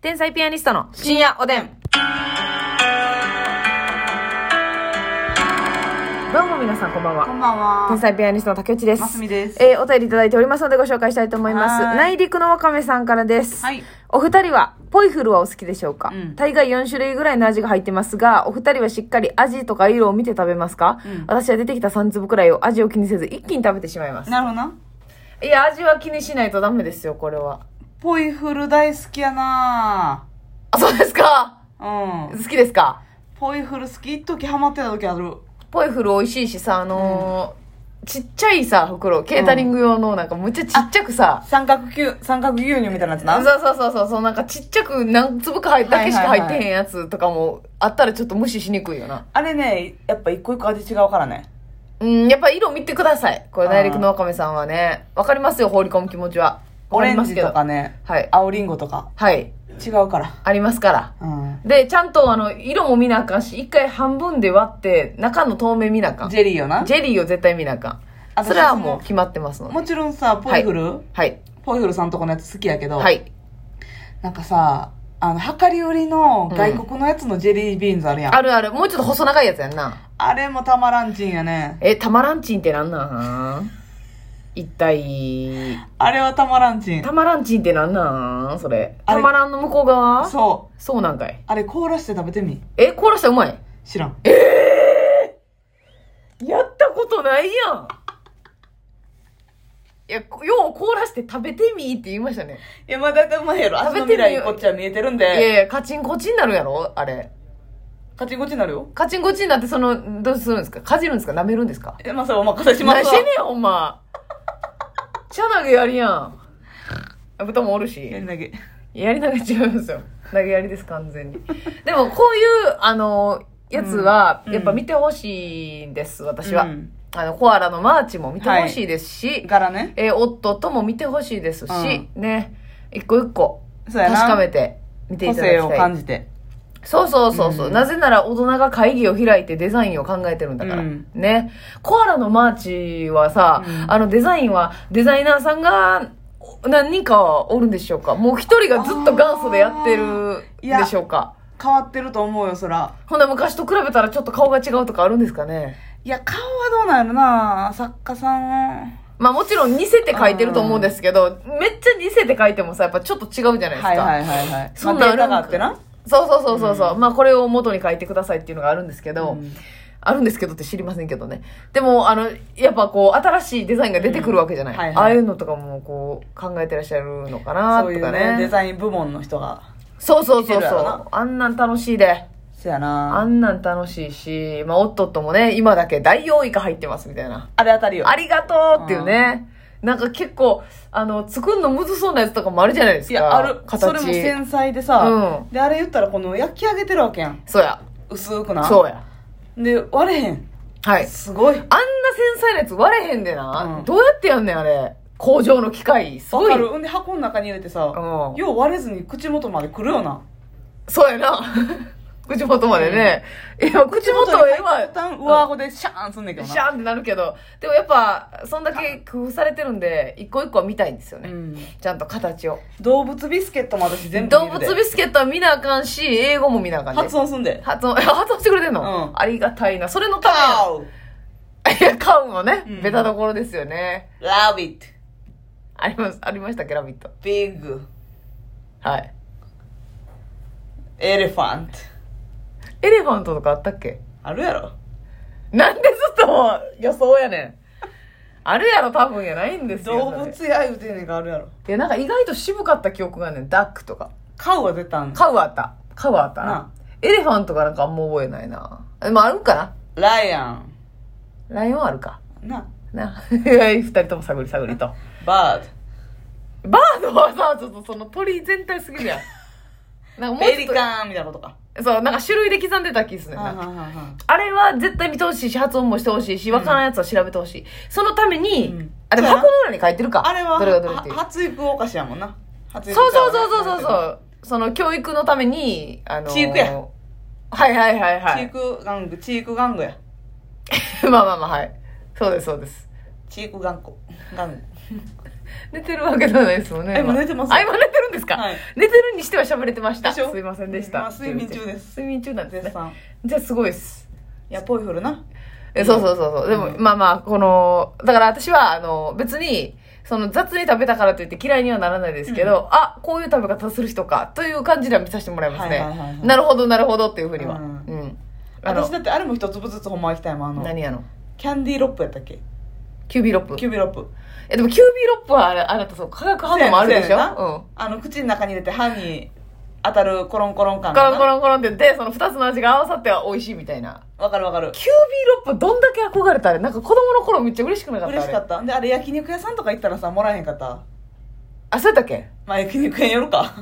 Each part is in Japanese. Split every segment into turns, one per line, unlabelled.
天才ピアニストの深夜おでん。どうも皆さんこんばん
こ
は。
んばんは。
天才ピアニストの竹内です。
ますみです
えーお便りいただいておりますのでご紹介したいと思います。
はーい
内陸のわかめさんからです。
はい
お二人は、ポイフルはお好きでしょうか、
うん
大概4種類ぐらいの味が入ってますが、お二人はしっかり味とか色を見て食べますか、
うん
私は出てきた3粒くらいを味を気にせず一気に食べてしまいます。
なるほどな。
いや、味は気にしないとダメですよ、これは。
ポイフル大好きやな
あ、そうですか
うん。
好きですか
ポイフル好き一時ハマってた時ある。
ポイフル美味しいしさ、あのーちっちゃいさ、袋、ケータリング用の、なんかむっちゃちっちゃくさ、
三角牛、三角牛乳みたいなやつな。
そうそうそうそう、そうなんかちっちゃく何粒か入っだけしか
は
入
い
っ
はいはい
てへんやつとかもあったらちょっと無視しにくいよな。
あれね、やっぱ一個一個味違うからね。
うん、やっぱ色見てください。これ
あー
内陸のわかめさんはね、わかりますよ、放り込む気持ちは。
オ
わか
レ
り
ン
ます
ジ
けど
と。かね、
はい。
青リンゴとか。
はい。
違うから。
ありますから。
うん。
で、ちゃんとあの、色も見なあかんし、一回半分で割って、中の透明見なあかん。
ジ
ジ
ェリーよな。
ェリーを絶対見なあかん。
あ
それはもう決まってますので。
もちろんさ、ポイフル、
はい。
ポイフルさんとこのやつ好きやけど、
はい。
なんかさ、あの、量り売りの外国のやつのジェリービーンズあるやん。
あるある。もうちょっと細長いやつやんな。
あれもたまらんちんやね。
え、たまらんちんってなんなん一体、
あれはたまらんちん。
たまらんちんってなんなんそれ。
あ
た
れ
まらんの向こう側そう
そう。
なんかい。
あれ凍らして食べてみ
え、凍らしたらうまい。
知らん
やったことないやん。いや、よう凍らして食べてみーって言いましたね。
いやまあ大体うまいやろ
食
食
べ
べ
て
て
み
み
よ
未来こっちは見えてるん
いや
で
いや、カチンコチンなるやろあれ。
カチンコチになるよ
カチンコチンなってその、どうするんですかかじるんですか舐めるんですか
えまあそれお任せしま
何
す
し
わ
てんねん、ほんま。ちゃ投げやりやん。あ豚もおるし。
やり投げ
やり投げ違うんですよ。 投げやりです、完全に。でも、こういう、あの、やつは、
うん
やっぱ見てほしいんです、私は。
うん
あの、コアラのマーチも見てほしいですし、
柄ね
えー、夫とも見てほしいですし、
う
ね、一個一個、
そうや
確
な
かめて見てい
個
ただき
性を
たい
感。じて
そうそうそうそう、
うん
なぜなら大人が会議を開いてデザインを考えてるんだから。
うん
ね。コアラのマーチはさ、
うん
あのデザインはデザイナーさんがお何人かはおるんでしょうかもう一人がずっと元祖でやってる
いや
でしょうか
変わってると思うよそら
ほんで昔と比べたらちょっと顔が違うとかあるんですかね
いや顔はどうなるな作家さん
まあもちろん似せて書いてると思うんですけど、めっちゃ似せて書いてもさ、やっぱちょっと違うじゃないですか。
はいはいはいはい
そん
ま
な
あ
んあ
デー
るん
タ
か
があってな
そうそうそうそうそう、まあこれを元に書いてくださいっていうのがあるんですけど、
うん
あるんですけどって知りませんけどね。でも、あの、やっぱこう、新しいデザインが出てくるわけじゃない。
うんはいはい
ああいうのとかもこう、考えてらっしゃるのかな
そ
と
ういう
か
ね
ね。
デザイン部門の人が
そうそうそう
来てる
そ
やろな
う。あんなん楽しいで。
そや
あ
なん
なん楽しいし、まあ、夫ともね、今だけダイオウイカ入ってますみたいな。
あれ当たりよ
ありがとうっていうね。なんか結構、あの、作るのむずそうなやつとかもあるじゃないですか。
いやある
形。
それも繊細でさ
う
であれ言ったらこの焼き上げてるわけやん
そうや。
薄くな
そうや。
で割れへん
はい。
すご
あ
い
んな繊細なやつ割れへんでな。
うん
どうやってやんねん、あれ。工場の機械。す
わ
ごい
か。るほんで箱の中に入れてさ、
うん
よう割れずに口元まで来るよな
そうやな。 口元までね。いや、口元ええわ。
一旦上顎でシャーンすんねんけどな
シャーンってなるけど。でもやっぱ、そんだけ工夫されてるんで、一個一個は見たいんですよ
う
ね。
ん
ちゃんと形を。
動物ビスケットも私全部
動
見
物
るで
ビスケットは見なあかんし、英語も見なあかんで。
発音すんで
発音、 発音してくれてんの、
うん
ありがたいな。それのた
カウ
めやん。いや、カウもね
う、ん
ベタどころですよね。
ラビット
あります、ありましたっけ、ラビット。
ビッグ
はい。
エレファント
エレファントとかあったっけ
あるやろ
なんでずっともう予想やね ん。あるやろ、多分やないんですよ。
動
それ
物や言うてんねんからあるやろ
いや、なんか意外と渋かった記憶があんねん。ダックとか。
カウは出たん
カウあった。カウあったな
な。
エレファントがなんかあんま覚えないな。でもあるんかな
ライアン
ライオンあるか。
な
な。 二人とも探り探りと。
バ ー
バードはさ、ちょっとその鳥全体すぎるやん。 なん
ド
かもう
ペ
ち
リ
ょっ
カンみたいなことか
と、そう、なんか種類で刻んでた気するねん
はいは
な。
いはいは
あれは絶対見てほしいし、発音もしてほしいし、わからんやつは調べてほしい。そのために、
うん
あ、でも
そうや
箱
な
の裏に書いてるか。
あれは
どれがどれっていう。
発育お菓子やもんな発育
そうそうそうそうそう
ち
そ
ゃう
う。その教育のために、あのー
知育や
はいはいはいは
チー
い。
ク玩具チーク玩具や
まあまあまあはい。そうですそうです。
チーク頑固。頑
寝てるわけではないですもんね。
あ今寝てます
あ、今寝てるんですか、
はい
寝てるにしては喋れてました。
ですしょ
いませんでした。
今睡眠中です
睡眠中なんです
絶
ね。
賛
じゃあすごいです。
いやポイフルな
えそうそうそうそう。でも、
うん
まあまあ、この、だから私は、あの、別に、その雑に食べたからといって嫌いにはならないですけど、あ、こういう食べ方する人か、という感じでは見させてもらいますね。
はいはいはいはい
なるほど、なるほどっていうふうには。う
うんん。
あの
私だってあれも一粒ずつほんまは行きたいもんあの
何やの
キャンディーロップやったっけ
キュービーロップ。
キュービーロップ
え、でもキュービーロップはあれ、あなたそう、化学反応もあるでし
そう
ょ
やねん
うん。
あの口の中に入れて歯に当たるコロンコロン
コ
感か
ロン
な
コロンコロンって言って、その二つの味が合わさって美味しいみたいな。
わかるわかる
キュービーロップどんだけ憧れたあれなんか子供の頃めっちゃ嬉しくなかったあれ
嬉しかったであれ焼肉屋さんとか行ったらさもらえへんかった
あ、そうやったっけ
まあ焼肉屋によ るか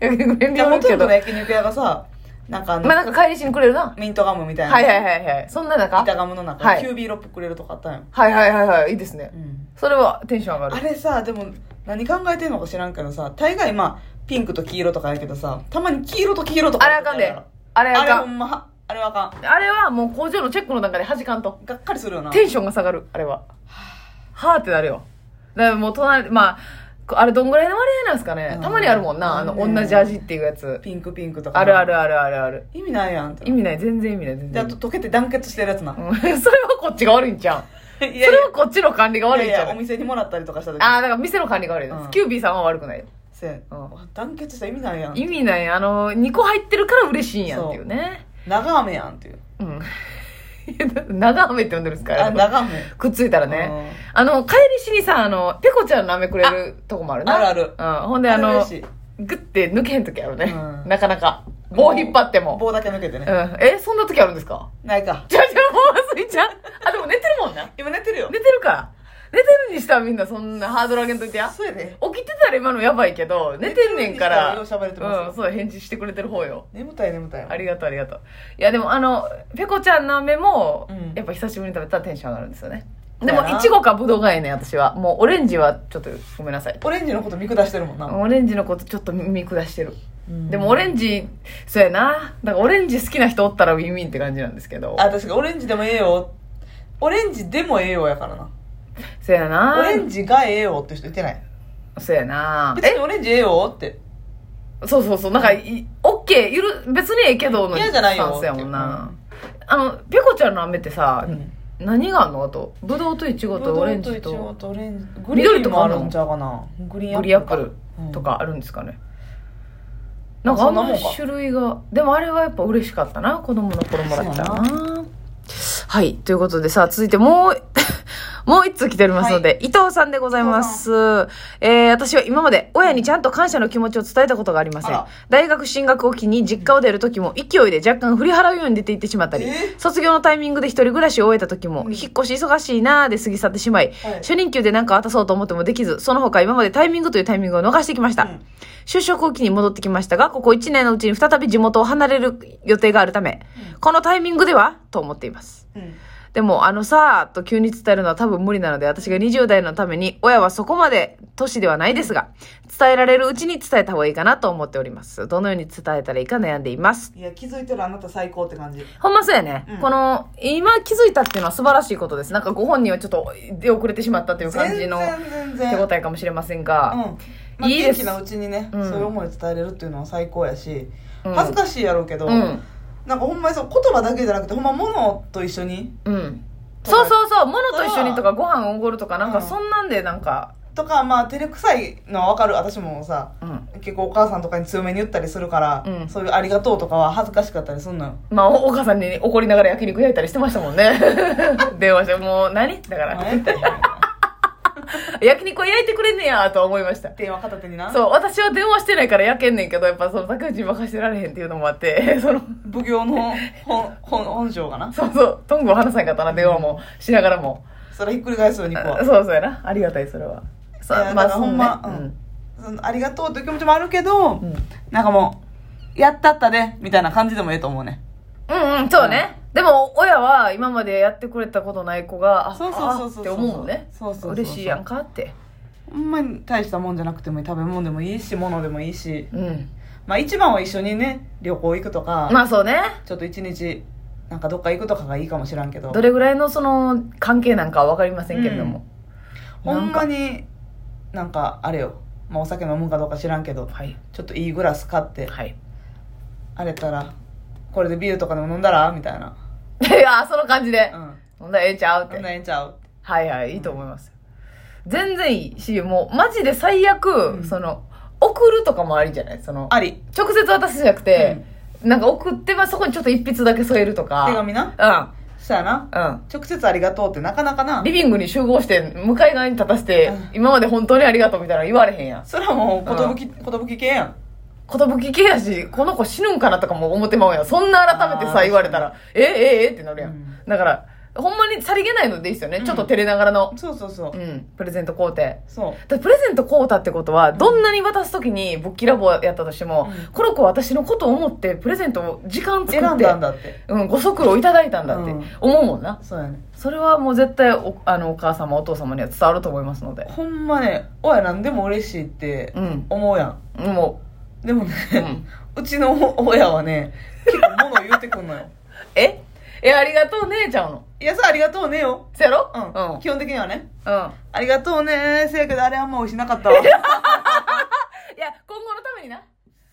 いやごめん
じ
ね
ゃあ
思う
元
けど
々の焼肉屋がさなんかあの、
まあなんか帰りしにくれるな。
ミントガムみたいな、
はいはいはいはい。そんな中
板ガムの中、
はい
キュービーロップくれるとかあったんよ、
はいはいはいはい。いいですね。それはテンション上が
あ
る。
れさでも何考えてんのか知らんけどさ大概まあピンクと黄色とかやけどさたまに黄色と黄色とか
あれあかんで。あれあ
あれ
か
ほ
ん。
んまあれはあか
あれはもう工場のチェックの中で弾かんと。
んがっかりするよな
テンションが下がる、あれは。はぁってなるよ。だからもう隣、まあ、こあれどんぐらいの割合なんですかね
う。ん
たまにあるもんな。あの、
うん
同じ味っていうやつ。
ピンクピンクとか
あるあるあるあるある。
意味ないやんって
意味ない、全然意味ない、全
であ
然意味
と溶けて団結してるやつな、
ない。うん それはこっちが悪いんちゃう
いやい
それはこっちの管理が悪いん
い
ちゃ
や
う
いやお店にもらったりとかした時
ああ、だから店の管理が悪いです。
うん
キュービーさんは悪くないよ。
せや
う
団結した意味ないやん
意味ない。あの、2個入ってるから嬉しいんやっていうね。
長雨やんっていう
うん。 いやだ長雨って呼んでるんですから。
あ長雨
くっついたらね。あの、帰りしにさ、あの、ペコちゃんの飴くれるとこもあるな。
ある
うん。ほん
うん
で、あの
嬉、しい
グッて抜けへん時あるね。
うん
なかなか。棒引っ張っても。
棒だけ抜けて
う
ね
ん。、え、そんな時あるんですか
ないか
じゃあじゃあもう忘れちゃう。 あ、でも寝てるもんな。
今寝てるよ
寝てるから。寝てるにしたらみんなそんなハードル上げんといてや。
そうやで
起きてたら今のやばいけど、寝てんねんから。
寝てるにしたらよう喋れてますよ
うん、そう、返事してくれてる方よ。
眠たい眠たい
ありがとうありがとう。いやでもあの、ペコちゃんの飴も、
うん
やっぱ久しぶりに食べたらテンション上がるんですよね。
だ
で
よな
も、いちごかぶどうがええねん、私は。もう、オレンジはちょっとごめんなさい。
オレンジのこと見下してるもんな、
オレンジのことちょっと見下してる。でも、オ
俺
レンジ、そうやな。だから、オレンジ好きな人おったらウィンウィンって感じなんですけど。
あ確かにオレンジでもええよオレンジでもええよやからな
そうやな。
オレンジがええよって人いてない
そうやな。
別
え
にオレンジええよって
そうそうそう。なんか、いオッケー、ゆる、別にええけどの
嫌じゃないよ
スタンスやもんな。あの、ペコちゃんの飴ってさ、
うん
何があんのあと、ぶどうといちごとオレンジ
ブドウイチゴ
と、
とオレンジグリー
緑
ン
と
も
かあ
あ
んの
るんちゃうかなグリーン
グリーンアップル
うん
とかあるんですかね、なんかあんまり種類がでもあれはやっぱ嬉しかったな子供の頃もらったらなはいということでさあ続いてもう もう一通来ておりますので、伊藤さんでございます、えー私は今まで親にちゃんと感謝の気持ちを伝えたことがありませ
あ
ん
ら
大学進学を機に実家を出る時も勢いで若干振り払うように出て行ってしまったり
えー
卒業のタイミングで一人暮らしを終えた時も、
うん
引っ越し忙しいなーで過ぎ去ってしまい、
はい
初任給で何か渡そうと思ってもできず、その他今までタイミングというタイミングを逃してきました。
うん
就職を機に戻ってきましたが、ここ1年のうちに再び地元を離れる予定があるため、このタイミングではと思っています。
うん
でも、あのさーと急に伝えるのは多分無理なので、私が20代のために、親はそこまで年ではないですが、伝えられるうちに伝えた方がいいかなと思っております。どのように伝えたらいいか悩んでいます。
いや気づいてるあなた最高って感じ
ほんまそうやね、
うん
この、今気づいたっていうのは素晴らしいことです。なんかご本人はちょっと出遅れてしまったという感じの
全然全
手
然
応えかもしれませんが、
うん、
いいです
元気なうちにね、
うん
そういう思いを伝えれるっていうのは最高やし、
うん
恥ずかしいやろうけど、
うん。うん。
なんかほんまにそう言葉だけじゃなくてほんま物と一緒に
そうそうそう、物と一緒にとかご飯おごるとか、なんかそんなんでなんか、
とかまあ照れくさいのはわかる私もさ
うん。
結構お母さんとかに強めに言ったりするから、
うん
そういう「ありがとう」とかは恥ずかしかったりすんのよ
まあ、おお母さんに怒りながら焼肉焼いたりしてましたもん ね。電話して、もう何だか
まあ
ら、
ええって
焼肉は焼いてくれんねやとは思いました。
電話片手にな
そう、私は電話してないから焼けんねんけど、やっぱその竹内に任せられへんっていうのもあって、 その、
奉行の本本本性がな
そうそう、トングを離さんかったな、電話もしながらも。
それひっくり返すよ肉
あ
は
そうそうやなありがたいそれはそ
いや
うまあ
だか
そ
らほ
ん
ん
ま
まそのありがとうという気持ちもあるけど、
うんうん
なんかもうやったったでみたいな感じでもええと思うね
うんうんそうねでも親は今までやってくれたことない子があ
そうそうそうそう
あって思うもんね
そうそうそうそう
嬉しいやんかって
ほんまに大したもんじゃなくてもいい食べ物でもいいし物でもいいし
うん
まあ一番は一緒にね旅行行くとか、
まあそうね
ちょっと一日なんかどっか行くとかがいいかもしらんけど
どれぐらいのその関係なんかは分かりませんけれども、
ほん
な
ま
んか
になんかあれよ、まあ、お酒飲むかどうか知らんけど
はい
ちょっといいグラス買って
はい
あれたらこれでビールとかでも飲んだらみたいな、
いやその感じで
う、ん、
ほんならええちゃうっ
飲
て
んだらええんちゃう
はいはいいいと思います、全然いいしもうマジで最悪、
ん
その送るとかもありじゃないその
あり
直接渡すじゃなくて、なんか送って、まあ、そこにちょっと一筆だけ添えると
手
か
紙なそうやな
うんうん
直接ありがとうってなかなかな
リビングに集合して向かい側に立たせて、
うん
今まで本当にありがとうみたいなの言われへんやん
それはもう寿寿系やん
寿系やしこの子死ぬんかなとかも思ってまうやんそんな改めて
あ
さ
ー
言われたらええええってなるやん、
うん
だからほんまにさりげないのでいいですよね、
うん
ちょっと照れながらの、
そうそうそ
う
う、
ん、プレゼント工程
そ
だ
う
からプレゼントこうたってことは、どんなに渡す時にぶっきらぼうやったとしても、
うん
この子は私のことを思ってプレゼントを時間作
選
っ
ん
て
だんだって
うん、ご足労いただいたんだって
うん
思うもんな、
そうやね
それはもう絶対おあのお母様お父様には伝わると思いますので
ほんまね親なんでも嬉しいって
うん
思うやん
も
でもね、
う、うん、
うちの親はね結構物言うてくんのよ
ええありがとうねちゃうの
いやさありがとうねよ
せやろ
うん、
うん、
基本的にはね
うん
ありがとうねせやけどあれはもう美味しなかっ たわ
いや今後のためにな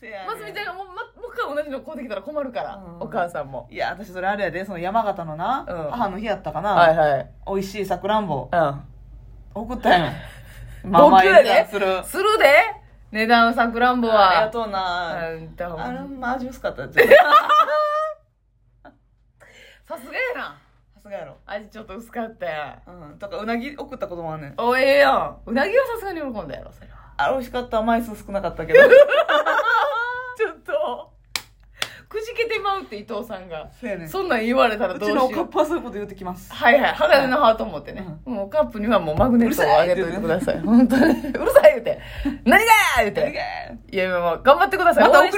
せやね
ますみちゃんがもう、ま、もう一回同じの買うてきたら困るから、
うん
お母さんも
いや私それあれやでその山形のな、
うん
母の日やったかな、
はいはい
美味しいさくらんぼ
う
送ったやん
高級やで
甘いやつする
んするで値段さくらんぼは
ありがとうな、
うんだから
あれ
もう
マジ薄かったやつ さ
さすがやな
すがやろ
味ちょっと薄かったや
うんとかうなぎ送ったこともあんねん
おええやんうなぎはさすがに喜んだやろそれは
あれ美味しかった枚数少なかったけ ど
ちょっとくじけてまうって伊藤さんが
そうやねん
そんなん言われたら
う
どう
ち
し
のおか
よ
っ
う
ぱはそういうこと言ってきます。
はいはい鋼のハート持ってね、もうカップにはもうマグネットをあげておいてください本当にうるさい言うて何がや言う
あり
て
が
いやもう頑張ってください
また
応援